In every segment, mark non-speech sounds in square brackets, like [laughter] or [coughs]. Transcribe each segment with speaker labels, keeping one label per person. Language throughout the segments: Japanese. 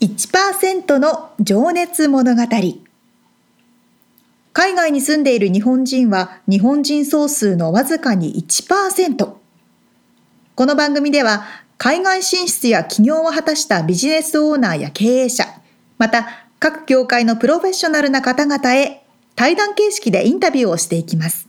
Speaker 1: 1%の情熱物語海外に住んでいる日本人は日本人総数のわずかに1%この番組では海外進出や起業を果たしたビジネスオーナーや経営者また各業界のプロフェッショナルな方々へ対談形式でインタビューをしていきます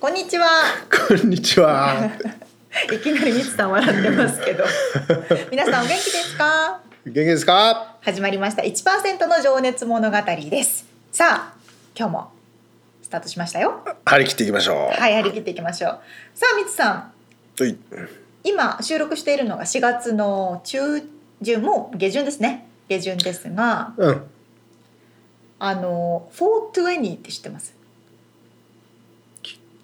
Speaker 1: こんにちは
Speaker 2: こんにちは。
Speaker 1: いきなりみつさん笑ってますけど皆さんお元気ですか
Speaker 2: 元気ですか。
Speaker 1: 始まりました1%の情熱物語ですさあ今日もスタートしましたよ
Speaker 2: 張り切っていきましょう。
Speaker 1: はい張り切っていきましょうさあみつさん
Speaker 2: はい。
Speaker 1: 今収録しているのが4月の中旬もう下旬ですね下旬ですが
Speaker 2: うん。
Speaker 1: あの420って知ってます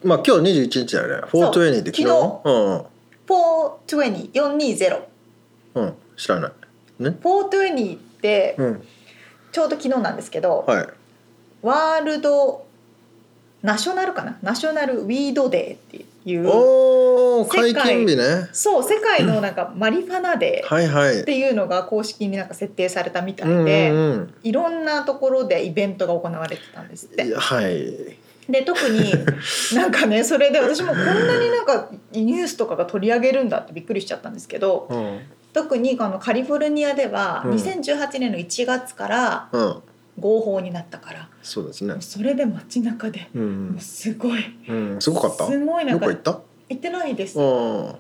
Speaker 2: まあ今日二十一日だよね。フォートゥエニーって昨日。
Speaker 1: そう
Speaker 2: うん
Speaker 1: 420420
Speaker 2: うん。うん。知らない。ね。
Speaker 1: 420って
Speaker 2: うん。
Speaker 1: ちょうど昨日なんですけど、
Speaker 2: はい。
Speaker 1: ワールドナショナルかなナショナルウィードデーっていう
Speaker 2: おお
Speaker 1: 世界
Speaker 2: 解禁日ね。
Speaker 1: そう世界のなんかマリファナデー
Speaker 2: はいはい。
Speaker 1: っていうのが公式になんか設定されたみた
Speaker 2: うん
Speaker 1: いうで、
Speaker 2: んうん
Speaker 1: いろんなところでイベントが行われてたんですっ
Speaker 2: い
Speaker 1: て
Speaker 2: や。はい。
Speaker 1: で特
Speaker 2: [laughs]
Speaker 1: になんかねそれで私もこんなになんかニュースとかが取り上げるんだってびっくりしちゃったんですけど
Speaker 2: うん。
Speaker 1: 特にあのカリフォルニアでは
Speaker 2: うん
Speaker 1: 2018年の1月から
Speaker 2: うん。
Speaker 1: 合法になったから、
Speaker 2: そうですね
Speaker 1: もう。それで街中で
Speaker 2: う
Speaker 1: も
Speaker 2: ん
Speaker 1: う。すごい
Speaker 2: うん。すごかった。
Speaker 1: す
Speaker 2: ど
Speaker 1: ごいなん
Speaker 2: こ
Speaker 1: か
Speaker 2: 行った？
Speaker 1: 行ってないです
Speaker 2: うん。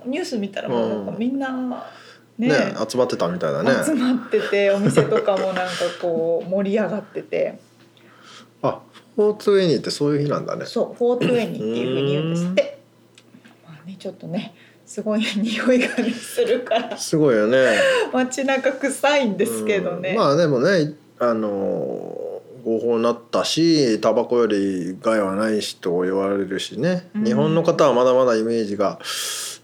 Speaker 1: ニュース見たらもうなんかみんなね
Speaker 2: ね集まってたみたいだ
Speaker 1: 集
Speaker 2: ね。
Speaker 1: まっててお店とかもなんかこう盛り上がってて
Speaker 2: あ、フォートゥエニーってそういう日なんだね。
Speaker 1: そう420っていうふうに言うんですってまあねちょっとねすごい匂いがねするから [laughs]
Speaker 2: すごいよね。
Speaker 1: 街中臭いんですけど
Speaker 2: う
Speaker 1: ね、
Speaker 2: んまあでもねあの合法になったしタバコより害はないしと言われるしね、
Speaker 1: うん
Speaker 2: 日本の方はまだまだイメージが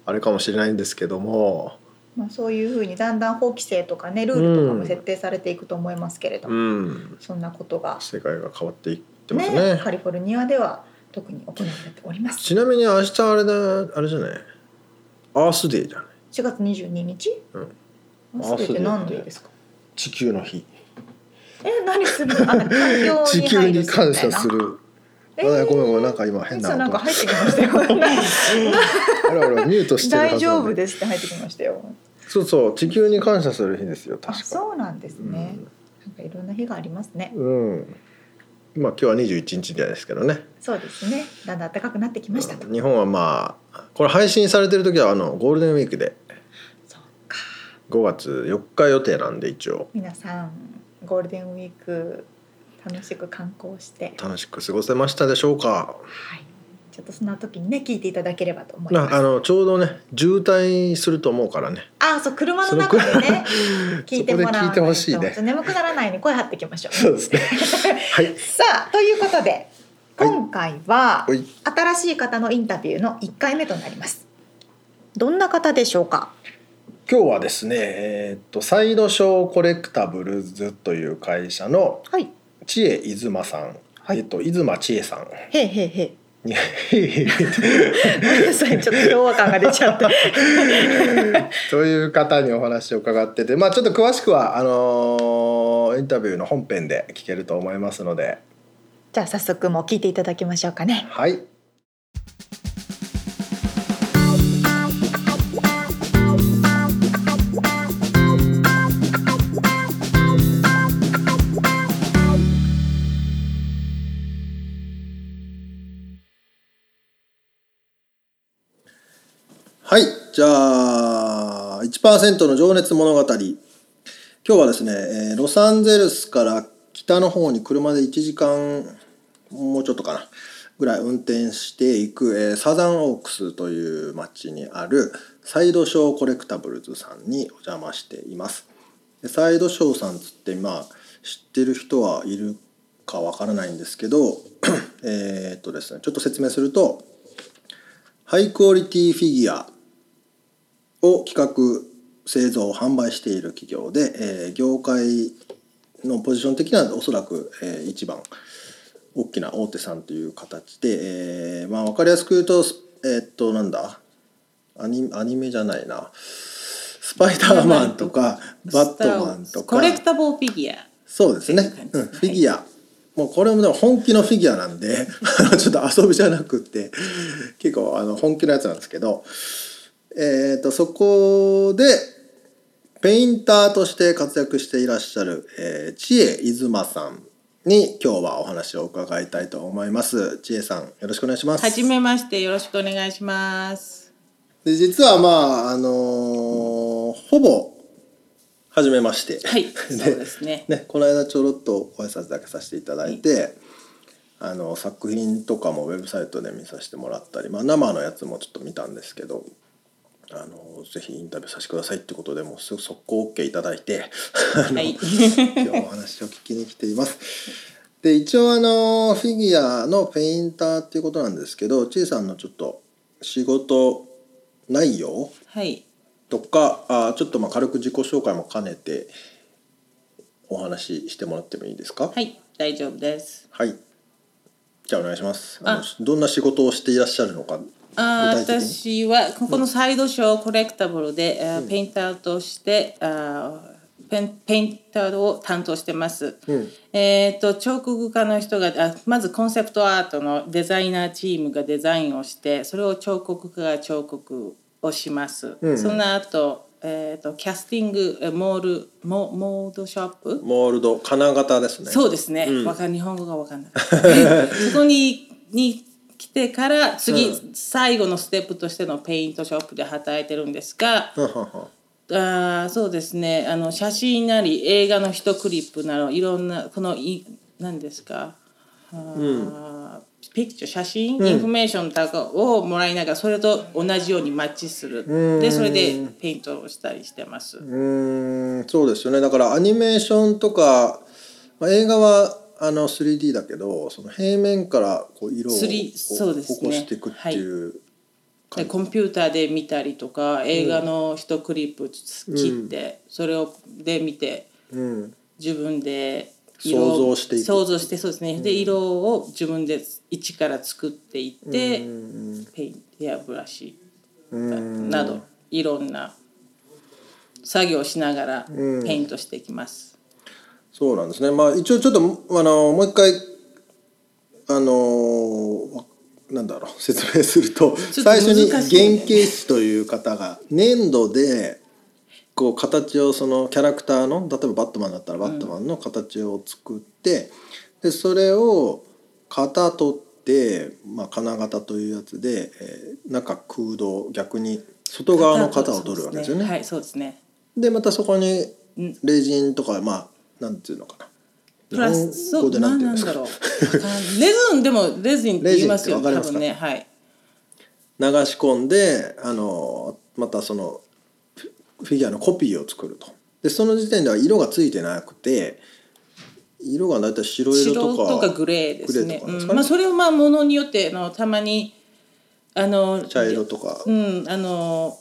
Speaker 2: あれかもしれないんですけども、
Speaker 1: まあ、そういうふうにだんだん法規制とかねルールとかも設定されていくと思いますけれども、
Speaker 2: うん、
Speaker 1: そんなことが、
Speaker 2: 世界が変わっていってますね
Speaker 1: ね、カリフォルニアでは特に行われております
Speaker 2: ちなみに明日あれだあれじゃないアースデーじゃない
Speaker 1: 4月22日、
Speaker 2: うん
Speaker 1: 忘れて何の日ですか
Speaker 2: 地球の日
Speaker 1: え何するのあ環境
Speaker 2: 地
Speaker 1: に
Speaker 2: 球
Speaker 1: 配慮
Speaker 2: に
Speaker 1: する
Speaker 2: 感
Speaker 1: みたい
Speaker 2: 謝
Speaker 1: な
Speaker 2: する、
Speaker 1: え
Speaker 2: あ
Speaker 1: ー
Speaker 2: ごめんごめんなんか今変
Speaker 1: い
Speaker 2: な
Speaker 1: つなん
Speaker 2: 音
Speaker 1: か入ってきました
Speaker 2: [laughs]
Speaker 1: よ
Speaker 2: あれあれミュートしてるはず
Speaker 1: 大丈
Speaker 2: なん
Speaker 1: 夫
Speaker 2: で
Speaker 1: ですって入ってきましたよ
Speaker 2: そうそう地球に感謝する日ですよ確か
Speaker 1: あそうなんですね、なんかいろんな日がありますね
Speaker 2: うん。まあ今日は二十一日ですけどね。
Speaker 1: そうですねだんだん暖かくなってきましたと、
Speaker 2: 日本はまあこれ配信されてる時はあのゴールデンウィークで
Speaker 1: そうか
Speaker 2: 5月4日予定なんで一応
Speaker 1: 皆さんゴールデンウィーク楽しく観光して
Speaker 2: 楽しく過ごせましたでしょうか。
Speaker 1: はいちょっとその時にね聞いていただければと思います
Speaker 2: なあのちょうどね渋滞すると思うからね。
Speaker 1: あそう車の中で
Speaker 2: [laughs]
Speaker 1: ね聞いてもらわ
Speaker 2: そこで聞いてほしいね
Speaker 1: ないと眠くならないように声張っていきましょう
Speaker 2: そうですね。 [laughs] はい。
Speaker 1: さあということで
Speaker 2: はい
Speaker 1: 今回は
Speaker 2: はい
Speaker 1: 新しい方のインタビューの1回目となりますどんな方でしょうか
Speaker 2: 今日はですね、えーっとサイドショーコレクタブルズという会社の
Speaker 1: はい
Speaker 2: 知恵出馬さん、
Speaker 1: はい
Speaker 2: えっと出馬知恵さ
Speaker 1: [laughs]
Speaker 2: ん
Speaker 1: へいへいへ
Speaker 2: に
Speaker 1: いごめんなさいちょっと昭和感が出ちゃって [laughs]
Speaker 2: [laughs] という方にお話を伺ってて、まあ、ちょっと詳しくはあのーインタビューの本編で聞けると思いますので
Speaker 1: じゃあ早速もう聞いていただきましょうかね
Speaker 2: はいはいじゃあ1%の情熱物語今日はですね、えーロサンゼルスから北の方に車で1時間もうちょっとかなぐらい運転していく、えーサザンオークスという町にあるサイドショーコレクタブルズさんにお邪魔しています。でサイドショーさんつってまあ知ってる人はいるかわからないんですけど [clears throat] えーっとですねちょっと説明するとハイクオリティフィギュアを企画製造販売している企業で、えー業界のポジション的にはおそらく、えー一番大きな大手さんという形で、えーまあ分かりやすく言うとすえーっとなんだアニアニメじゃないなスパイダーマンとかバットマンとか
Speaker 3: コレクタボーフィギュア
Speaker 2: そうですね
Speaker 3: っ。ていう
Speaker 2: う
Speaker 3: 感
Speaker 2: ん、
Speaker 3: じ
Speaker 2: フィギュア、もうこれもでも本気のフィギュアなんで、 [laughs] あのちょっと遊びじゃなくって、結構あの本気のやつなんですけど、えっ、とそこでペインターとして活躍していらっしゃる、えー、知恵いずまさんに今日はお話を伺いたいと思います。知恵さんよろしくお願いします。
Speaker 3: はじめましてよろしくお願いします
Speaker 2: で実はまああのーほぼ初めまして。 [laughs]
Speaker 3: はいそうですね
Speaker 2: ね、この間ちょろっとご挨拶だけさせていただいて、あの作品とかもウェブサイトで見させてもらったり、まあ、生のやつもちょっと見たんですけどあのぜひインタビューさせてくださいってことでもうすぐ速攻 OK いただいてあの
Speaker 3: はい
Speaker 2: 今日お話を聞きに来ています。で一応あのフィギュアのペインターっていうことなんですけどちいさんのちょっと仕事内容
Speaker 3: はい
Speaker 2: とかあちょっとまあ軽く自己紹介も兼ねてお話ししてもらってもいいですか
Speaker 3: はい大丈夫です
Speaker 2: はい、じゃあお願いしますあの
Speaker 3: あ
Speaker 2: どんな仕事をしていらっしゃるのか
Speaker 3: あー
Speaker 2: 具体的に
Speaker 3: 私はここのサイドショーコレクタブルで、あーペインターとしてあーペンペインターを担当してます、
Speaker 2: うん
Speaker 3: えー、と彫刻家の人があまずコンセプトアートのデザイナーチームがデザインをしてそれを彫刻家が彫刻をします、
Speaker 2: うん
Speaker 3: その後、えー、とキャスティングえモールモモードショップ、
Speaker 2: モールド金型ですね
Speaker 3: そうですね、
Speaker 2: うん
Speaker 3: わかん日本語がわかんない [laughs] そこにに来てから次、
Speaker 2: う
Speaker 3: 最後のステップとしてのペイントショップで働いてるんですが
Speaker 2: ははは
Speaker 3: あーそうですねあの写真なり映画の一クリップなどいろんなこのい何ですかあーピクチャー写真、インフォメーションとかをもらいながらそれと同じようにマッチする
Speaker 2: うん
Speaker 3: でそれでペイントをしたりしてます。
Speaker 2: [laughs] うーんそうですよねだからアニメーションとか、まあ、映画はあの 3D だけどその平面からこう色をこ
Speaker 3: 3D そうですね
Speaker 2: 起こしていくっていう、
Speaker 3: でコンピューターで見たりとか映画の一クリップ切って、それをで見て
Speaker 2: うん、
Speaker 3: 自分で
Speaker 2: 想像していく
Speaker 3: 想像してそうですね、で色を自分で一から作っていって、ペイントやブラシなどいろんな作業をしながらペイントしていきます。
Speaker 2: そうなんですね。まあ一応ちょっとあのもう一回あのわなんだろう説明すると
Speaker 3: ちょっと
Speaker 2: 最初に
Speaker 3: 難
Speaker 2: 原
Speaker 3: しいね
Speaker 2: 型師という方が粘土でこう形をそのキャラクターの例えばバットマンだったらバットマンの形を作って、でそれを型取って、まあ、金型というやつで、えー中空洞逆に外側の型を取るわけですよね。
Speaker 3: はいそうですね
Speaker 2: でまたそこに
Speaker 3: うん
Speaker 2: レジンとかまあなんていうのかな
Speaker 3: プラス
Speaker 2: 日本
Speaker 3: そう
Speaker 2: 語でなんていうんです
Speaker 3: なん
Speaker 2: か
Speaker 3: だろうわかんレズンでもレズンって言いますよ
Speaker 2: レジンってわかり
Speaker 3: 多
Speaker 2: ますか
Speaker 3: 分ねはい。
Speaker 2: 流し込んであのまたそのフィフィギュアのコピーを作るとでその時点では色がついてなくて色がだいたい白色
Speaker 3: 白
Speaker 2: とか
Speaker 3: とかグレーです
Speaker 2: グレー
Speaker 3: ね。
Speaker 2: とかです
Speaker 3: う
Speaker 2: か
Speaker 3: ん
Speaker 2: ね
Speaker 3: まあそれはまあものによってあのたまにあの
Speaker 2: 茶色とか
Speaker 3: うんあの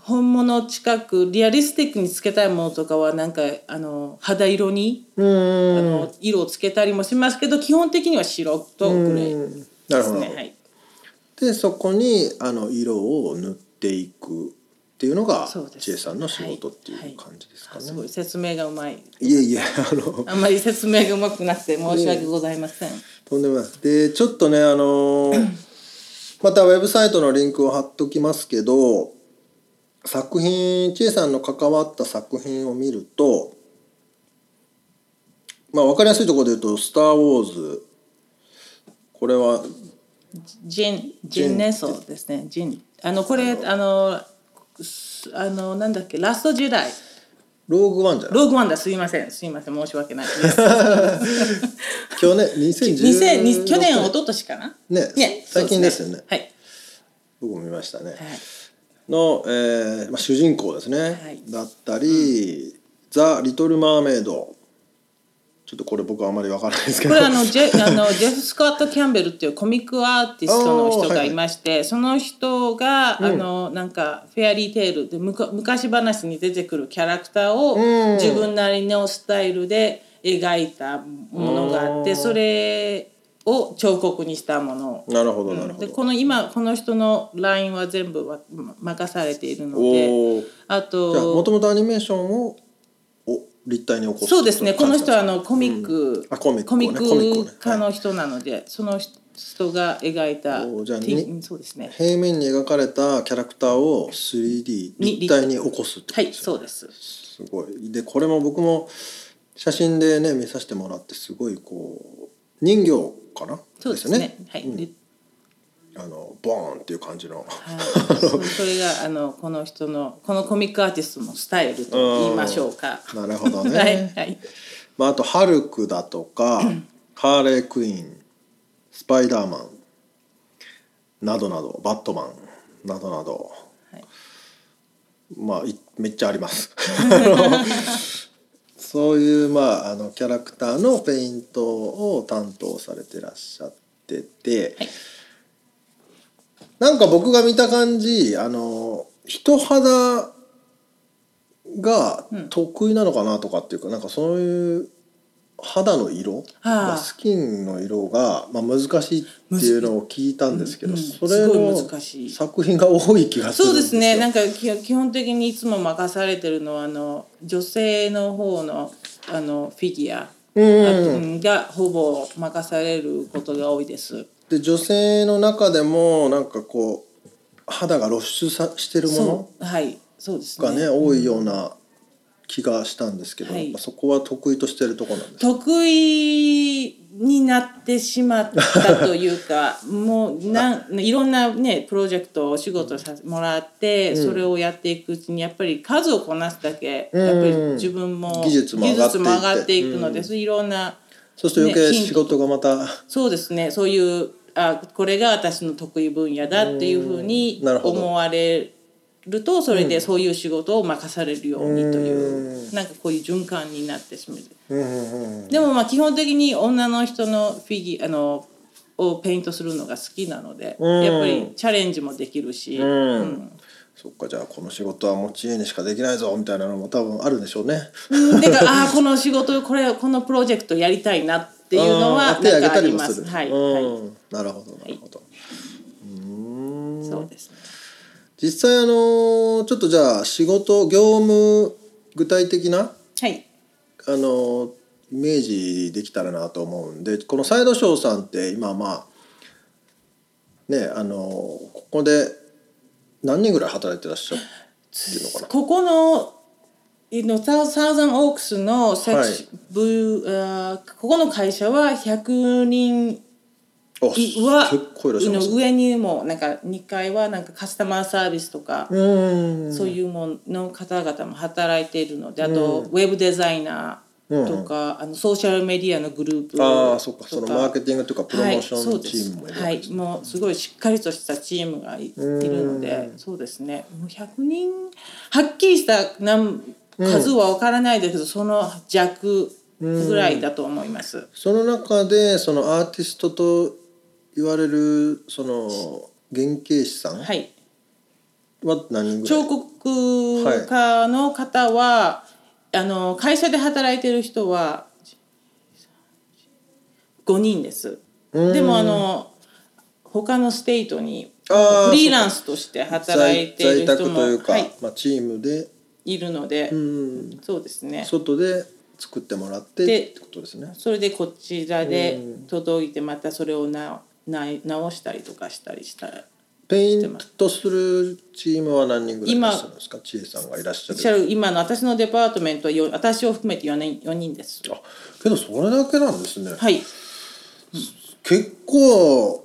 Speaker 3: 本物近くリアリスティックにつけたいものとかはなんかあの肌色に、
Speaker 2: うーん
Speaker 3: あの色をつけたりもしますけど基本的には白とグレ
Speaker 2: う
Speaker 3: ー
Speaker 2: んな
Speaker 3: で
Speaker 2: るほ
Speaker 3: す
Speaker 2: ど、
Speaker 3: ね。はい。
Speaker 2: でそこにあの色を塗っていくっていうのが
Speaker 3: そうです
Speaker 2: 知恵さんの仕事っていう感じですかね、
Speaker 3: すごい説明がうまい。
Speaker 2: い、えいえあの
Speaker 3: あんまり説明がうまくなくて申し訳ございません。
Speaker 2: とんでもないです。で、ちょっとね、あのー
Speaker 3: [clears throat]
Speaker 2: またウェブサイトのリンクを貼っときますけど、作品、ちえさんの関わった作品を見ると、まあ、わかりやすいところで言うと、スター・ウォーズ、これは、
Speaker 3: ジェン、ジェンネソですね。ジェン。あの、これ、あの、すあの、なんだっけ、ラストジェダイ。
Speaker 2: ローグワンじゃない
Speaker 3: ローグワンだ、すいません、すいません、申し
Speaker 2: [laughs]
Speaker 3: 訳ないです。
Speaker 2: 去年、2016
Speaker 3: 2000、去年、一昨年かな。
Speaker 2: ね最近ですよね
Speaker 3: はい。
Speaker 2: 僕も見ましたね。
Speaker 3: はい。
Speaker 2: の、えーまあ、主人公ですね、
Speaker 3: い
Speaker 2: だったり「ザ・リトル・マーメイド」ちょっとこれ僕はあまりわからないですけ
Speaker 3: こ
Speaker 2: ど
Speaker 3: れあのジェ [laughs] あのジェフ・スコット・キャンベルっていうコミックアーティストの人がいまして、その人が、あのなんかフェアリーテールでむか昔話に出てくるキャラクターを、
Speaker 2: うん
Speaker 3: 自分なりのスタイルで描いたものがあって、
Speaker 2: うん
Speaker 3: それを彫刻にしたもの
Speaker 2: なるほどなるほ
Speaker 3: で
Speaker 2: ど、
Speaker 3: この今この人のラインは全部わま任されているので
Speaker 2: おお
Speaker 3: あ
Speaker 2: じゃあも
Speaker 3: と
Speaker 2: ともとアニメーションをお立体に起こす
Speaker 3: そうですねこの人はあのコミッ
Speaker 2: うん
Speaker 3: ク、
Speaker 2: あコミックを
Speaker 3: コ
Speaker 2: ね
Speaker 3: ミッ
Speaker 2: コミックをね
Speaker 3: ク家の人なので、その人が描いた
Speaker 2: おーじゃあ
Speaker 3: ティ
Speaker 2: に
Speaker 3: うんそうですね
Speaker 2: 平面に描かれたキャラクターを 3D 立体に起こすってこ
Speaker 3: は
Speaker 2: と
Speaker 3: い
Speaker 2: ですよね
Speaker 3: そうです
Speaker 2: すごいでこれも僕も写真でね見させてもらってすごいこう人形かな
Speaker 3: そうですねはい、
Speaker 2: うん
Speaker 3: で
Speaker 2: あのボーンっていう感じ
Speaker 3: [laughs]
Speaker 2: の
Speaker 3: はいそそれがあのこの人のこのコミックアーティストのスタイルと言いましょうか、
Speaker 2: なるほどね、
Speaker 3: はいはい
Speaker 2: まあ、あとハルクだと
Speaker 3: [laughs]
Speaker 2: かハーレークイーンスパイダーマンなどなどバットマンなどなど
Speaker 3: はい
Speaker 2: まあいめっちゃあります
Speaker 3: [laughs]
Speaker 2: あのそういう、まあ、あのキャラクターのペイントを担当されてらっしゃってて、
Speaker 3: はい
Speaker 2: なんか僕が見た感じあの人肌が得意なのかなとかっていうか、なんかそういう肌の色
Speaker 3: ああ
Speaker 2: スキンの色が、まあ、難しいっていうのを聞いたんですけど、
Speaker 3: むず
Speaker 2: それ
Speaker 3: うん
Speaker 2: の
Speaker 3: すごい難しい
Speaker 2: 作品が多い気がする
Speaker 3: そ
Speaker 2: ん
Speaker 3: うですね
Speaker 2: よ
Speaker 3: なんかき基本的にいつも任されてるのはあの女性の方のあのフィギュア
Speaker 2: うん
Speaker 3: うんがほぼ任されることが多いです。
Speaker 2: で女性の中でもなんかこう肌が露出さしてるも
Speaker 3: そうはいそうです
Speaker 2: のがね
Speaker 3: ね。
Speaker 2: 多いような気がしたんですけど、
Speaker 3: はい
Speaker 2: やっぱそこは得意としてるところなんです
Speaker 3: 得意になってしまったというか [laughs] もうなんいろんなねプロジェクトお仕事させもらって、それをやっていくうちにやっぱり数をこなすだけ、
Speaker 2: うん
Speaker 3: やっぱり自分も
Speaker 2: 技術も上がっていって
Speaker 3: 技術も上がっていくのです、いろんな
Speaker 2: そうすると余計
Speaker 3: ねヒント
Speaker 2: 仕事がまた、
Speaker 3: そうですねそういうあこれが私の得意分野だっていうふうに
Speaker 2: うんなるほど
Speaker 3: 思われるとそれでそういう仕事を任されるようにという、なんかこういう循環になってしまう。
Speaker 2: うんうんうん
Speaker 3: でもまあ基本的に女の人のフィギュあのをペイントするのが好きなので、
Speaker 2: うん
Speaker 3: やっぱりチャレンジもできるし、
Speaker 2: うんそっかじゃあこの仕事は持ち家にしかできないぞみたいなのも多分あるんでしょうね。
Speaker 3: でかああこの仕事これこのプロジェクトやりたいなっていうのは
Speaker 2: うん手挙
Speaker 3: なん
Speaker 2: げ
Speaker 3: かあ
Speaker 2: たり
Speaker 3: り
Speaker 2: も
Speaker 3: ますす。
Speaker 2: る。
Speaker 3: はい、
Speaker 2: う
Speaker 3: は
Speaker 2: んなるほどなるほど。
Speaker 3: い、そうですね。
Speaker 2: 実際あのちょっとじゃあ仕事業務具体的な
Speaker 3: はい。
Speaker 2: あのイメージできたらなと思うんでこのサイドショーさんって今まあねあのここで何人ぐらい働いてらっしゃるっていうのかな
Speaker 3: ここのいのサウサウザンオークスのセクシ、ブあーここの会社は100人
Speaker 2: あ
Speaker 3: いは
Speaker 2: 結構いらっしゃいます
Speaker 3: の
Speaker 2: ね
Speaker 3: 上にもなんか2階はなんかカスタマーサービスとか、
Speaker 2: うん
Speaker 3: そういうものの方々も働いているのであと、ウェブデザイナーとか、あのソーシャルメディアのグループとか
Speaker 2: ああそっかそのマーケティングというかプロモーションのチームもいるわ
Speaker 3: は
Speaker 2: け
Speaker 3: い
Speaker 2: で
Speaker 3: そうですすはい、もうすごいしっかりとしたチームがいいるのでそうですねもう100人はっきりしたなん数は分からないですけど、その弱ぐらいだと思います。
Speaker 2: その中でそのアーティストと言われるその原型師さんは
Speaker 3: はい
Speaker 2: 何人ぐらい
Speaker 3: 彫刻家の方は、あの会社で働いてる人は5人です。でもあの他のステートにフ
Speaker 2: あー
Speaker 3: リーランスとして働いてい
Speaker 2: 在
Speaker 3: る
Speaker 2: 宅
Speaker 3: 人
Speaker 2: と
Speaker 3: も
Speaker 2: いうか、
Speaker 3: はい、
Speaker 2: まあ、チームで
Speaker 3: いるので、
Speaker 2: うん
Speaker 3: そうですねそ
Speaker 2: 外で作ってもらって
Speaker 3: で
Speaker 2: ってことですね。
Speaker 3: れでこちらで届いてまたそれをなな直したりとかしたりしたら。
Speaker 2: ペイントするチームは何人ぐらいいらっしゃるんですか千恵さんがいらっしゃ
Speaker 3: おっしゃ
Speaker 2: る。
Speaker 3: る今の私のデパートメントはよ私を含めて4人 ,4 人です。
Speaker 2: あけどそれだけなんですね。
Speaker 3: はい
Speaker 2: 結構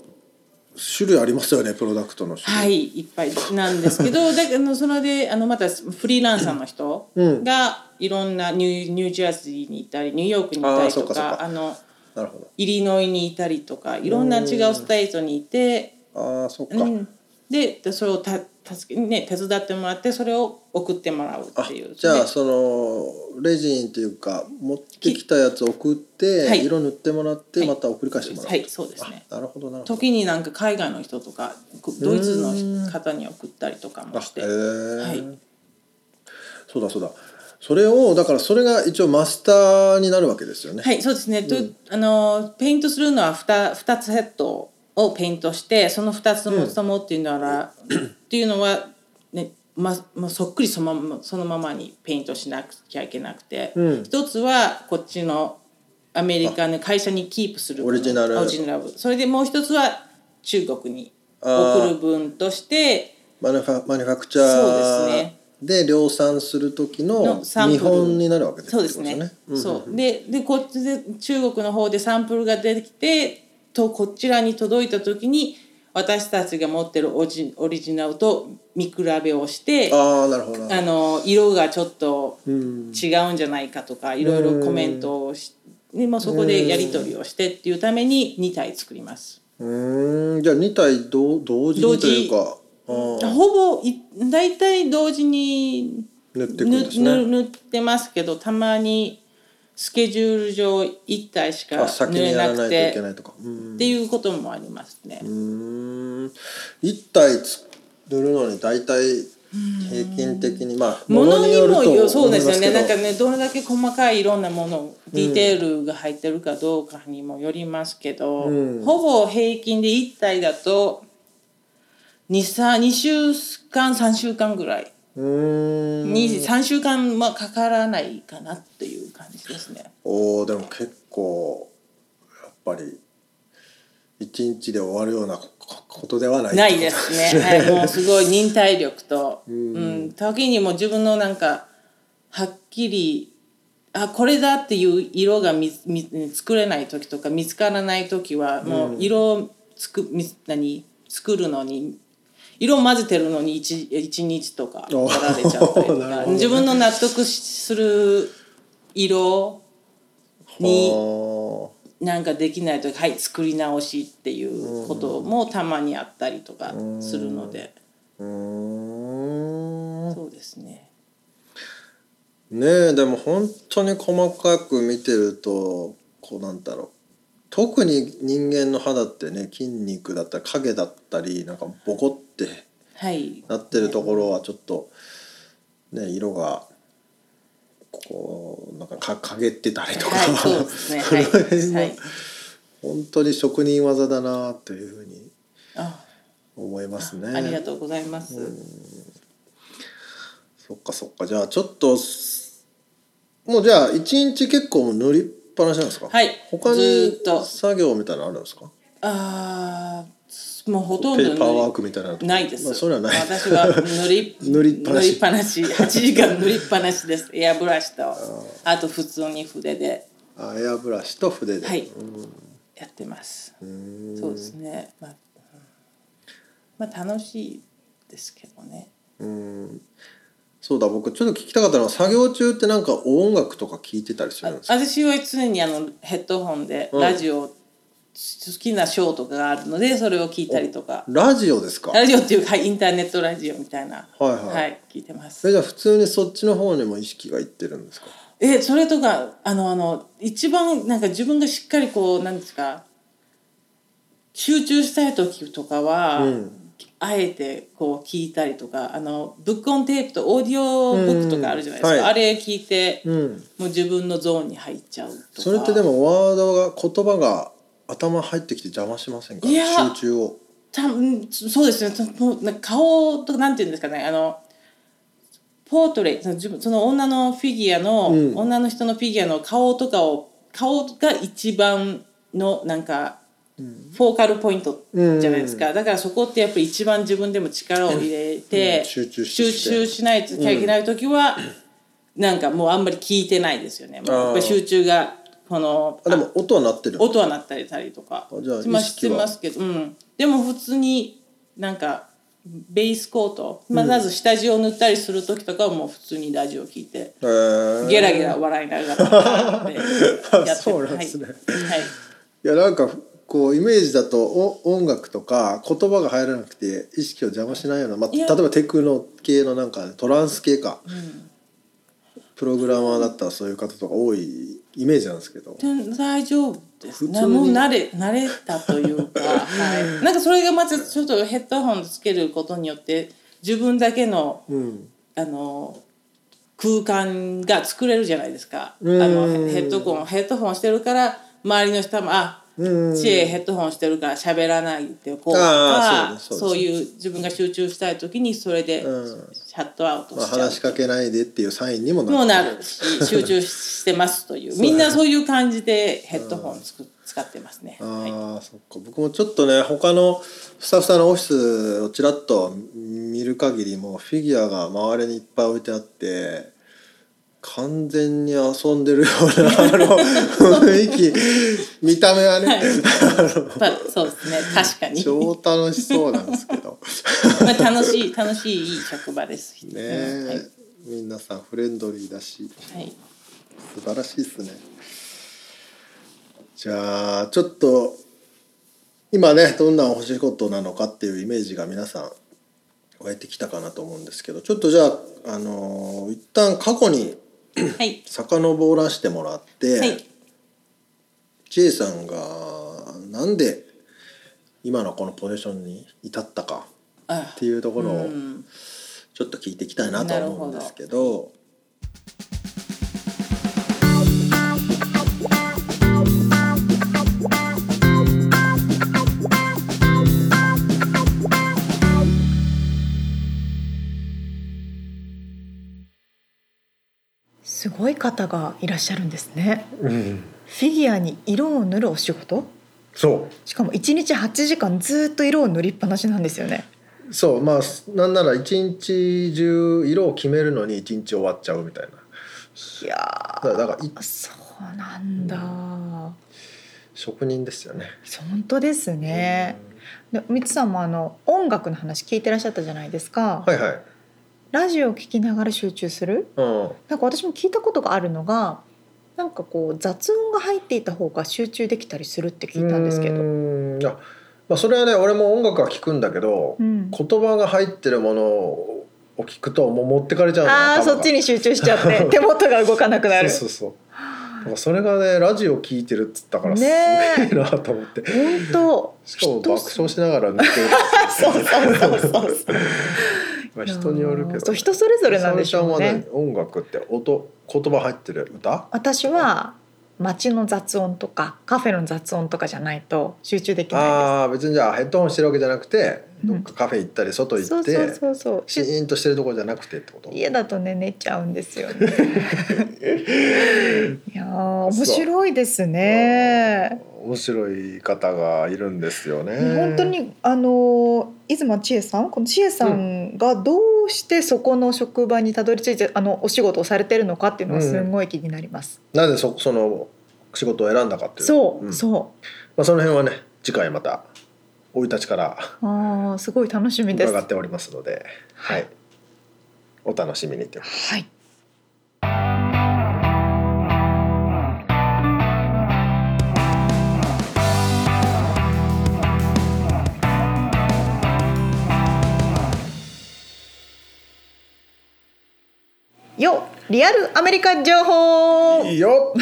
Speaker 2: 種類ありますよねプロダクトの種類。
Speaker 3: はい、いっぱいなんですけ
Speaker 2: [laughs]
Speaker 3: ど、だけどそれであのまたフリーランサーの人がいろんなニューニュージャージーにいたり、ニューヨークにいた
Speaker 2: あー
Speaker 3: り
Speaker 2: そ
Speaker 3: と
Speaker 2: うかそう
Speaker 3: か、
Speaker 2: か
Speaker 3: あの
Speaker 2: なるほ
Speaker 3: イリノイにいたりとか、いろんな違うステートにいて、
Speaker 2: ど。ああそっか。
Speaker 3: うん、ででそれをた助け、ね、手伝ってもらってそれを送ってもらう
Speaker 2: あ
Speaker 3: っていう、ね、
Speaker 2: じゃあそのレジンというか持ってきたやつ送って、
Speaker 3: はい
Speaker 2: 色塗ってもらって
Speaker 3: はい
Speaker 2: また送り返してもらう、
Speaker 3: はいそうですね
Speaker 2: あなるほどなるほど
Speaker 3: 時になんか海外の人とかドイツの方に送ったりとかもして
Speaker 2: あへー
Speaker 3: はい
Speaker 2: そうだそうだそれをだからそれが一応マスターになるわけですよね、
Speaker 3: はい、そうですね。とあのペイントするのは 2, 二つセットをペイントしてその2つもともっていう
Speaker 2: [coughs]
Speaker 3: のは、っていうのは、ねまま、そっくりそのままそのままにペイントしなきゃいけなくて、
Speaker 2: うん
Speaker 3: 一つはこっちのアメリカの会社にキープする分
Speaker 2: オリジナル
Speaker 3: オリジナルそれでもう一つは中国に送る分として
Speaker 2: マニファマニュファクチャ
Speaker 3: そうです
Speaker 2: ー
Speaker 3: ね
Speaker 2: で量産する時の
Speaker 3: のサンプ
Speaker 2: 見
Speaker 3: ル
Speaker 2: 本になるわけです
Speaker 3: そうですね。
Speaker 2: うん
Speaker 3: そうででこっちで中国の方でサンプルが出てきてとこちらに届いた時に私たちが持ってるオジオリジナルと見比べをしてあ
Speaker 2: ああなるほどなるほ
Speaker 3: の色がちょっと違
Speaker 2: どう
Speaker 3: うんじゃないかとかいろいろコメントをしでもうそこでやり取りをしてっていうために2体作ります。
Speaker 2: うーんじゃあ2体同同時にというか
Speaker 3: ほ
Speaker 2: あー
Speaker 3: ぼい大体同時に
Speaker 2: 塗っていくん
Speaker 3: ぬ
Speaker 2: ですね
Speaker 3: ぬ塗ってますけどたまにスケジュール上1体しか
Speaker 2: あ先
Speaker 3: 塗
Speaker 2: に
Speaker 3: れ
Speaker 2: や
Speaker 3: な
Speaker 2: らない
Speaker 3: く
Speaker 2: といけ
Speaker 3: て
Speaker 2: ないとかうん
Speaker 3: っていうこともありますね。
Speaker 2: うーん1体つ塗るのに大体平均的にまあ
Speaker 3: ものにもよそう
Speaker 2: 思い
Speaker 3: です
Speaker 2: まけ
Speaker 3: よね
Speaker 2: ど
Speaker 3: なんかねどれだけ細かいいろんなものディテールが入ってるかどうかにもよりますけど、
Speaker 2: うん
Speaker 3: ほぼ平均で1体だと 2, 2週間3週間ぐらい、
Speaker 2: うーん
Speaker 3: に3週間はかからないかなっていう感じですね。
Speaker 2: おおでも結構やっぱり一日で終わるようなこことではない
Speaker 3: ないです
Speaker 2: [laughs]
Speaker 3: ね。はい、もうすごい忍耐力と、うん、時にもう自分のなんか、はっきり、あ、これだっていう色が見つ見作れない時とか見つからない時は、もう色をつく、み何、作るのに、色を混ぜてるのに一一日とか取られちゃったりと
Speaker 2: お [laughs] ーなるほ
Speaker 3: か、
Speaker 2: どね
Speaker 3: 自分の納得しする色に、
Speaker 2: は
Speaker 3: なんかできないとはい作り直しっていうこともたまにあったりとかするので、
Speaker 2: あうーん
Speaker 3: そうですね
Speaker 2: ねえでも本当に細かく見てるとこうなんだろう特に人間の肌ってね筋肉だったり影だったりなんかボコって
Speaker 3: はい
Speaker 2: なってるところはちょっとね色がこうなんかか陰ってたりとか、
Speaker 3: はいそうですね
Speaker 2: そ [laughs] の辺も
Speaker 3: はい、はい、
Speaker 2: 本当に職人技だなというふうに
Speaker 3: あ
Speaker 2: 思いますね。
Speaker 3: ありがとうございます、
Speaker 2: そっかそっかじゃあちょっとすもうじゃあ一日結構もう塗りっぱなしなんですか
Speaker 3: はい
Speaker 2: 他
Speaker 3: ずー
Speaker 2: に
Speaker 3: っと
Speaker 2: 作業みたいなのあるんですか
Speaker 3: ああもうほとん
Speaker 2: ペーパーワー
Speaker 3: ど
Speaker 2: クみたいなのとか
Speaker 3: ないです、
Speaker 2: まあ、それはない
Speaker 3: 私は塗り
Speaker 2: [laughs] 塗りっぱなし
Speaker 3: 塗りっぱなし8時間塗りっぱなしですエアブラシとあと普通に筆で
Speaker 2: あエアブラシと筆で、
Speaker 3: はい、やってます。そうですね。まあ、うんまあ、楽しいですけどね。
Speaker 2: そうだ僕ちょっと聞きたかったのは作業中ってなんか音楽とか聞いてたりするんですか
Speaker 3: 私は常にあのヘッドホンで
Speaker 2: ん
Speaker 3: ラジオ、好きなショーとかがあるので、それを聞いたりとか。
Speaker 2: ラジオですか
Speaker 3: ラジオっていうか、はいインターネットラジオみたいな。
Speaker 2: はいはい
Speaker 3: 聞いてます
Speaker 2: そ。れじゃあ普通にそっちの方にも意識がいってるんですか
Speaker 3: え、それとか、あの、あの、一番なんか自分がしっかりこう、なんですか。集中したい時とかは、
Speaker 2: うん
Speaker 3: あえてこう聞いたりとかあのブックオンテープとオーディオブックとかあるじゃないですか、
Speaker 2: うんはい
Speaker 3: あれ聞いて、
Speaker 2: うん
Speaker 3: もう自分のゾーンに入っちゃうとか
Speaker 2: それってでもワードが言葉が頭入ってきて邪魔しませんか
Speaker 3: いや
Speaker 2: 集中を
Speaker 3: たうんそうですねたもうなんか顔となんていうんですかねあのポートレートその自分その女のフィギュアの、
Speaker 2: うん
Speaker 3: 女の人のフィギュアの顔とかを顔が一番のなんか、フォーカルポイントじゃないですか、だからそこってやっぱり一番自分でも力を入れて、
Speaker 2: うん [laughs] 集中して
Speaker 3: 集中しないといけない時は、なんかもうあんまり聞いてないですよね。もうやっぱり集中がこの
Speaker 2: あでも音は鳴ってる
Speaker 3: 音は鳴ったりたりとか
Speaker 2: あじゃあ
Speaker 3: しま
Speaker 2: 意
Speaker 3: して
Speaker 2: 識は
Speaker 3: ますけど、うん、でも普通になんかベースコート、まあ、まず下地を塗ったりする時とかはもう普通にラジオ聞いて、
Speaker 2: へー
Speaker 3: ゲラ
Speaker 2: [laughs]
Speaker 3: ゲラ笑いながらやって
Speaker 2: そうなんですね
Speaker 3: はいはい
Speaker 2: いやなんかこうイメージだとお音楽とか言葉が入らなくて意識を邪魔しないような、まあ、
Speaker 3: い
Speaker 2: 例え
Speaker 3: や
Speaker 2: ばテクノ系のなんかトランス系か、プログラマーだったらそういう方とか多いイメージなんですけど。
Speaker 3: 全大丈夫で
Speaker 2: 普
Speaker 3: す
Speaker 2: 通
Speaker 3: ね。
Speaker 2: に
Speaker 3: もう慣れ慣れたとい
Speaker 2: [laughs]
Speaker 3: うか、はい。なんかそれがまずちょっとヘッドホンつけることによって自分だけの
Speaker 2: うん
Speaker 3: あの空間が作れるじゃないですか。あ
Speaker 2: うん
Speaker 3: のヘッドホンヘッドホンしてるから周りの人もあ
Speaker 2: うん
Speaker 3: 知恵ヘッドホンしてるから喋らないっていうこう
Speaker 2: あー
Speaker 3: か
Speaker 2: そうですそう
Speaker 3: そう
Speaker 2: です
Speaker 3: いう自分が集中したい時にそれでシ
Speaker 2: うん
Speaker 3: ャットアウト
Speaker 2: まあ、
Speaker 3: しちゃう
Speaker 2: 話しかけないでっていうサインにも
Speaker 3: もう
Speaker 2: な
Speaker 3: な
Speaker 2: る
Speaker 3: るし集中してますというみんなそういう感じでヘッドホンつく使ってますね。
Speaker 2: あ
Speaker 3: はい
Speaker 2: ーそっか僕もちょっとね他のスタッフさんのオフィスをちらっと見る限りもうフィギュアが周りにいっぱい置いてあって完全に遊んでるようなあの雰囲気見た目はね、
Speaker 3: まあそうですね確かに、
Speaker 2: 超楽しそうなんです
Speaker 3: [laughs]
Speaker 2: けど
Speaker 3: まあ、楽しい楽しいいい職場です。
Speaker 2: ね
Speaker 3: うんはい
Speaker 2: え皆さんフレンドリーだし
Speaker 3: はい
Speaker 2: 素晴らしいですねじゃあちょっと今ねどんなお仕事なのかっていうイメージが皆さん湧いてきたかなと思うんですけどちょっとじゃあ、あのー一旦過去に
Speaker 3: はい
Speaker 2: 遡らせてもらって、
Speaker 3: はい、
Speaker 2: J さんがなんで今のこのポジションに至ったか
Speaker 3: あ
Speaker 2: っていうところ
Speaker 3: う
Speaker 2: を
Speaker 3: ん
Speaker 2: ちょっと聞いていきたいなとは思うんですけど。
Speaker 1: すごい方がいらっしゃるんですね
Speaker 4: うん、
Speaker 1: フィギュアに色を塗るお仕事
Speaker 4: そ
Speaker 1: しかも1日8時間ずっと色を塗りっぱなしなんですよね
Speaker 2: うそうまあなんなら一日中色を決めるのに一日終わっちゃうみたいない
Speaker 1: や
Speaker 2: だだからい
Speaker 1: ーそうなんだ
Speaker 2: 職人ですよね。
Speaker 1: 本当ですねでみつさんもあの音楽の話聞いてらっしゃったじゃないですか、
Speaker 2: はいはい。
Speaker 1: ラジオを聞きながら集中する
Speaker 2: うん。
Speaker 1: なんか私も聞いたことがあるのがなんかこう雑音が入っていた方が集中できたりするって聞いたんですけど
Speaker 2: うーんあまあそれはね俺も音楽は聞くんだけど、
Speaker 1: うん
Speaker 2: 言葉が入ってるものを聞くともう持ってかれちゃうの
Speaker 1: あー
Speaker 2: 頭が
Speaker 1: そっちに集中しちゃって
Speaker 2: [laughs]
Speaker 1: 手元が動かなくなる
Speaker 2: そうそうそう。だからそれがねラジオ聞いてるっつったからす
Speaker 1: ね
Speaker 2: げ
Speaker 1: え
Speaker 2: えなと思って。
Speaker 1: 本当
Speaker 2: しかも
Speaker 1: 人
Speaker 2: 爆笑しながら寝てる。
Speaker 1: [laughs] そうそうそうそうそう
Speaker 2: [laughs] まあ人によるけど、
Speaker 1: そう人それぞれなんでしょう
Speaker 2: 沙織
Speaker 1: ね
Speaker 2: ちゃんは音楽って音言葉入ってる歌？
Speaker 1: 私は街の雑音とかカフェの雑音とかじゃないと集中できない
Speaker 2: ああ別にじゃあヘッドホンしてるわけじゃなくて、
Speaker 1: うん
Speaker 2: どっかカフェ行ったり外
Speaker 1: です
Speaker 2: 行
Speaker 1: そう
Speaker 2: って
Speaker 1: そうそうそう
Speaker 2: シーンとしてるところじゃなくてってこと
Speaker 1: 家だとね寝ちゃうんですよ
Speaker 2: [laughs]
Speaker 1: ねいやー面白いですね
Speaker 2: 面白い方がいるんですよね。
Speaker 1: 本当にあのー出雲千恵さんこの千恵さんがどうしてそこの職場にたどり着いてあのお仕事をされてるのかっていうのはすごい気になります、
Speaker 2: なぜそその仕事を選んだかっていう
Speaker 1: そう、
Speaker 2: ん
Speaker 1: そう
Speaker 2: まあ、その辺はね次回また生い立ちから
Speaker 1: あーすごい楽しみです
Speaker 2: 伺っておりますので、
Speaker 1: はい
Speaker 2: はい、お楽しみにということで
Speaker 1: はいよリアルアメリカ情報
Speaker 2: いいよ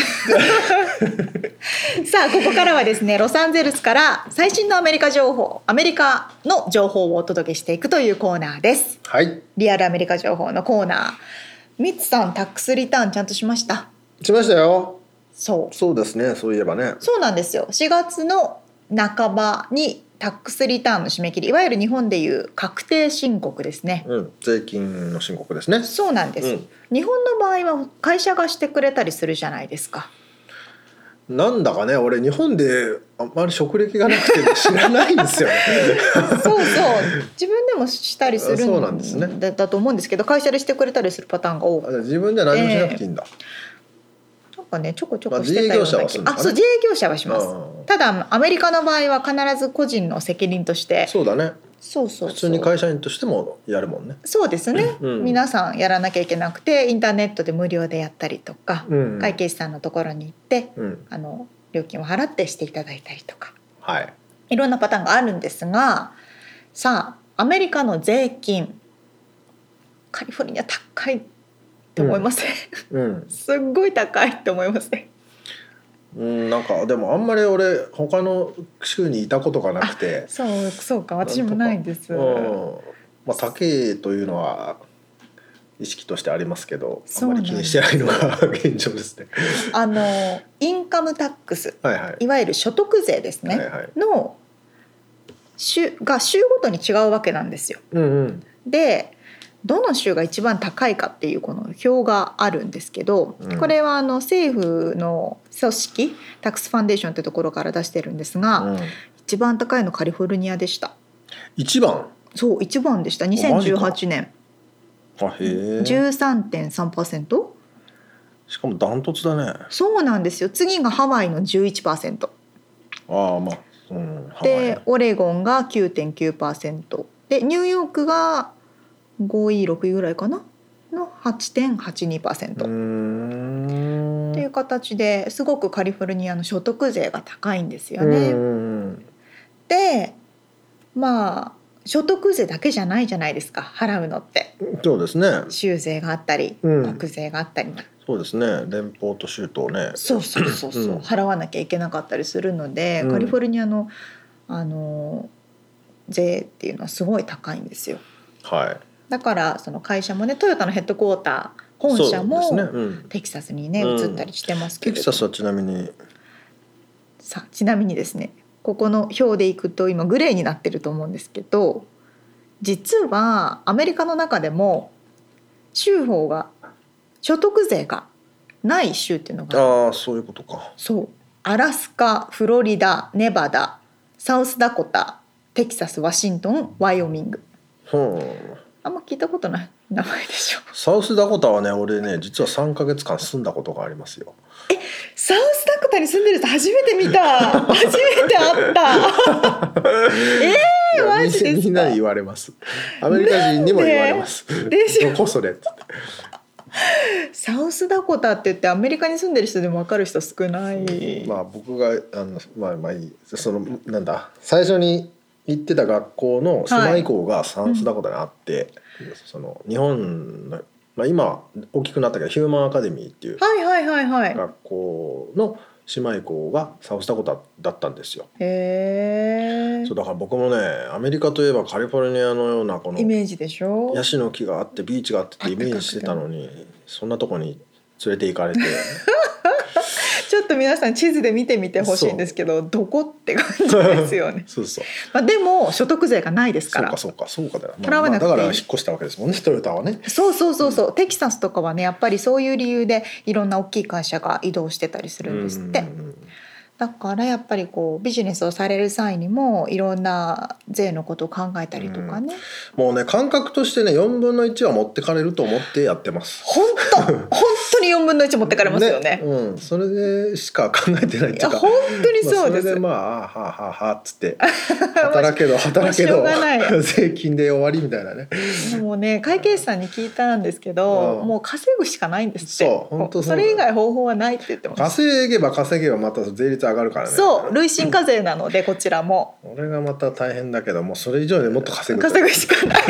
Speaker 1: さあここからはですねロサンゼルスから最新のアメリカ情報アメリカの情報をお届けしていくというコーナーです
Speaker 2: はい
Speaker 1: リアルアメリカ情報のコーナーミツさんタックスリターンちゃんとしました
Speaker 2: しましたよ
Speaker 1: そう
Speaker 2: そうですねそういえばね
Speaker 1: そうなんですよ4月の半ばにタックスリターンの締め切りいわゆる日本でいう確定申告ですね
Speaker 2: うん税金の申告ですね
Speaker 1: そうなんです、
Speaker 2: うん
Speaker 1: 日本の場合は会社がしてくれたりするじゃないですか
Speaker 2: なんだかね俺日本であんまり職歴がなくて知らないんですよ、 [laughs] ね、 [laughs]
Speaker 1: そうそう自分でもしたりするん
Speaker 2: そうなんですね
Speaker 1: だだと思うんですけど会社でしてくれたりするパターンが多
Speaker 2: あ
Speaker 1: く
Speaker 2: じゃあ自分では何もしなくていいんだ、
Speaker 1: なんかねちょこちょ
Speaker 2: ま
Speaker 1: こ
Speaker 2: あ
Speaker 1: してたような
Speaker 2: 自営業者はす
Speaker 1: 気
Speaker 2: るのか
Speaker 1: あ
Speaker 2: な
Speaker 1: そう自営業者はします
Speaker 2: うん
Speaker 1: ただアメリカの場合は必ず個人の責任として
Speaker 2: そうだね
Speaker 1: そうそうそう
Speaker 2: 普通に会社員としてもやるもんね
Speaker 1: そうですね、
Speaker 2: うん
Speaker 1: 皆さんやらなきゃいけなくてインターネットで無料でやったりとか、
Speaker 2: うん
Speaker 1: 会計士さんのところに行って
Speaker 2: うん
Speaker 1: あの料金を払ってしていただいたりとか
Speaker 2: はい。
Speaker 1: いろんなパターンがあるんですがさあアメリカの税金カリフォルニア高いって思いません、
Speaker 2: う
Speaker 1: [laughs]
Speaker 2: ん。
Speaker 1: すっごい高いって思いません
Speaker 2: うん、なんかでもあんまり俺他の州にいたことがなく [laughs] て、
Speaker 1: そうそうか私もないんです
Speaker 2: うん。まあ高えというのは意識としてありますけど、あんまり気にしてないのが [laughs] 現状ですね。
Speaker 1: あのインカムタックス
Speaker 2: はいはい。
Speaker 1: いわゆる所得税ですね、
Speaker 2: はいはい。
Speaker 1: の州が州ごとに違うわけなんですよ
Speaker 2: うんうん。
Speaker 1: でどの州が一番高いかっていうこの表があるんですけど、
Speaker 2: うん
Speaker 1: これはあの政府の組織タックスファンデーションってところから出してるんですが、
Speaker 2: うん
Speaker 1: 一番高いのカリフォルニアでした
Speaker 2: 一番。
Speaker 1: そう一番でした
Speaker 2: マジ
Speaker 1: 2018年
Speaker 2: あへえ。
Speaker 1: 13.3%
Speaker 2: しかもダントツだね。
Speaker 1: そうなんですよ次がハワイの11%
Speaker 2: ああまあ。うん。ハワイ
Speaker 1: でオレゴンが9.9%でニューヨークが5位6位ぐらいかなの8.82%、
Speaker 2: うーん。
Speaker 1: っていう形ですごくカリフォルニアの所得税が高いんですよ
Speaker 2: うん
Speaker 1: ね。
Speaker 2: うんうん。
Speaker 1: でまあ所得税だけじゃないじゃないですか払うのって
Speaker 2: そうですね。
Speaker 1: 州税があったり
Speaker 2: うん
Speaker 1: 国税があったり、
Speaker 2: そうですね。連邦と州とね。
Speaker 1: そうそうそうそう、
Speaker 2: うん
Speaker 1: 払わなきゃいけなかったりするので、
Speaker 2: うん
Speaker 1: カリフォルニアのあの税っていうのはすごい高いんですよ。
Speaker 2: はい。
Speaker 1: だからその会社もねトヨタのヘッドクォーター本社も、
Speaker 2: そうですねうん
Speaker 1: テキサスにね
Speaker 2: うん
Speaker 1: 移ったりしてますけ
Speaker 2: テ
Speaker 1: れ
Speaker 2: キ
Speaker 1: ど、
Speaker 2: サスはちなみに。
Speaker 1: さあちなみにですねここの表でいくと今グレーになってると思うんですけど実はアメリカの中でも州法が所得税がない州っていうのが
Speaker 2: ああ、そういうことか。
Speaker 1: そうアラスカフロリダネバダサウスダコタテキサスワシントンワイオミング
Speaker 2: うん。
Speaker 1: あんま聞いたことない名前でしょ
Speaker 2: サウスダコタはね、俺ね、実は三ヶ月間住んだことがありますよ。
Speaker 1: サウスダコタに住んでる人初めて見た初めて会った
Speaker 2: ええ
Speaker 1: マジですか
Speaker 2: みんなに言われます。アメリカ人にも言われます。
Speaker 1: ですよ
Speaker 2: どこそれっつって。
Speaker 1: サウスダコタって言ってアメリカに住んでる人でも分かる人少ない、
Speaker 2: まあ僕があのまあまあいいそのなんだ最初に行ってた学校の狭い校がサンスダコタにあって、その日本の、まあ、今大きくなったけどヒューマンアカデミーっていう
Speaker 1: はいはいはいはい。
Speaker 2: 学校の姉妹校がサウスダコタだったんですよ。
Speaker 1: へえ
Speaker 2: そう。だから僕もねアメリカといえばカリフォルニアのようなこの
Speaker 1: イメージでしょ。
Speaker 2: ヤシの木があってビーチがあってってイメージしてたのにそんなとこに連れて行かれて。
Speaker 1: [laughs] ちょっと皆さん地図で見てみてほしいんですけど、どこって感じですよね
Speaker 2: [laughs] そうそう
Speaker 1: まあでも所得税がないです
Speaker 2: そ
Speaker 1: か
Speaker 2: う
Speaker 1: ら。
Speaker 2: か
Speaker 1: そ
Speaker 2: そうかそうかだよ、
Speaker 1: 払わなくていい
Speaker 2: だから引っ越したわけですもんねトヨタはね
Speaker 1: うそうそうそう、テキサスとかはねやっぱりそういう理由でいろんな大きい会社が移動してたりするんですって、
Speaker 2: うんうんうん
Speaker 1: だからやっぱりこうビジネスをされる際にもいろんな税のことを考えたりとかね、
Speaker 2: もうね感覚としてね4分の1は持ってかれると思ってやってます
Speaker 1: 本当本当に4分の1持ってかれますよね
Speaker 2: うん、それでしか考えてないっ
Speaker 1: い
Speaker 2: てい
Speaker 1: や
Speaker 2: うか
Speaker 1: 本当にそう
Speaker 2: まあ
Speaker 1: で
Speaker 2: それ
Speaker 1: す、
Speaker 2: でまああーはあはあはあっつって
Speaker 1: [laughs]
Speaker 2: 働けど働けど [laughs]
Speaker 1: まあしょうがな
Speaker 2: 税金で終わりみたいなね
Speaker 1: もうね会計士さんに聞いたんですけど、
Speaker 2: うん
Speaker 1: もう稼ぐしかないんですって
Speaker 2: そう本当
Speaker 1: そ
Speaker 2: そう
Speaker 1: れ以外方法はないって言ってます
Speaker 2: 稼げば稼げばまた税率上がるからね
Speaker 1: そう累進課税なのでこちらも
Speaker 2: 俺がまた大変だけどもうそれ以上にもっと稼ぐ
Speaker 1: 稼ぐしかない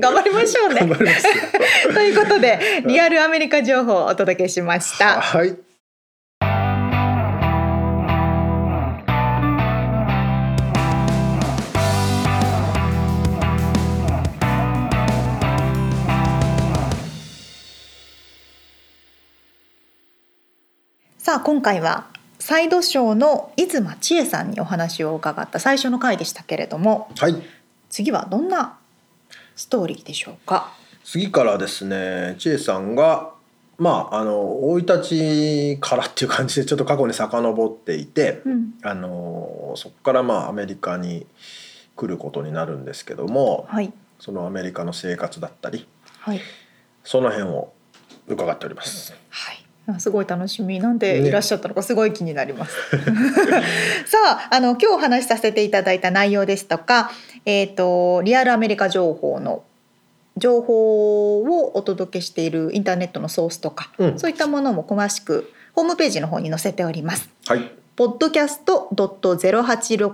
Speaker 1: 頑張りましょう
Speaker 2: 頑張
Speaker 1: ね
Speaker 2: りますよ
Speaker 1: ということでリアルアメリカ情報をお届けしま
Speaker 2: [laughs]
Speaker 1: した
Speaker 2: はい
Speaker 1: さあ今回はサイドショーの出馬千恵さんにお話を伺った最初の回でしたけれども
Speaker 2: はい
Speaker 1: 次はどんなストーリーでしょうか
Speaker 2: 次からですね千恵さんがまああの生い立ちからっていう感じでちょっと過去に遡っていて、
Speaker 1: うん
Speaker 2: あのそこからまあアメリカに来ることになるんですけども、
Speaker 1: はい
Speaker 2: そのアメリカの生活だったり
Speaker 1: はい
Speaker 2: その辺を伺っております。
Speaker 1: はい。あすごい楽しみなんで
Speaker 2: ね
Speaker 1: いらっしゃったのかすごい気になります。 [laughs] さああの今日お話しさせていただいた内容ですとか、えっ、とリアルアメリカ情報の情報をお届けしているインターネットのソースとか、
Speaker 2: うん
Speaker 1: そういったものも詳しくホームページの方に載せております。
Speaker 2: はい、
Speaker 1: podcast.086 ちょ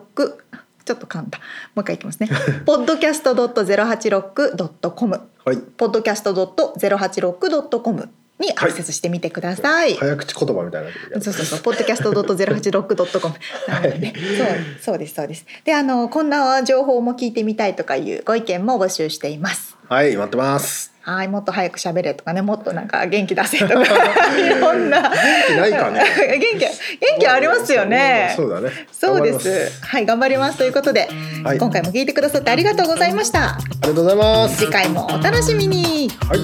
Speaker 1: っと噛んだもう一回いきま
Speaker 4: [laughs]
Speaker 1: すね podcast.086.com
Speaker 4: はい
Speaker 1: podcast.086.com にアクセスしてみてください、
Speaker 4: 早口言葉みたいになってるけど
Speaker 1: そうそうそう、ポッドキャストドットゼロ八六ドット
Speaker 4: [laughs]
Speaker 1: コム。なのでね、そう、そうです、そうです。で、あの、こんな情報も聞いてみたいとかいうご意見も募集しています。
Speaker 4: はい待ってます
Speaker 1: はい、もっと早く喋れとかね、もっとなんか元気出せと
Speaker 4: [laughs]
Speaker 1: か、いろんな。
Speaker 4: 元気ないかね
Speaker 1: [laughs] 元気、元気ありますよね。
Speaker 4: そうだね
Speaker 1: そう
Speaker 4: 頑
Speaker 1: で。
Speaker 4: 張ります
Speaker 1: はい、頑張りますということで、
Speaker 4: はい
Speaker 1: 今回も聞いてくださってありがとうございました。
Speaker 4: ありがとうございます
Speaker 1: 次回もお楽しみに。
Speaker 4: はい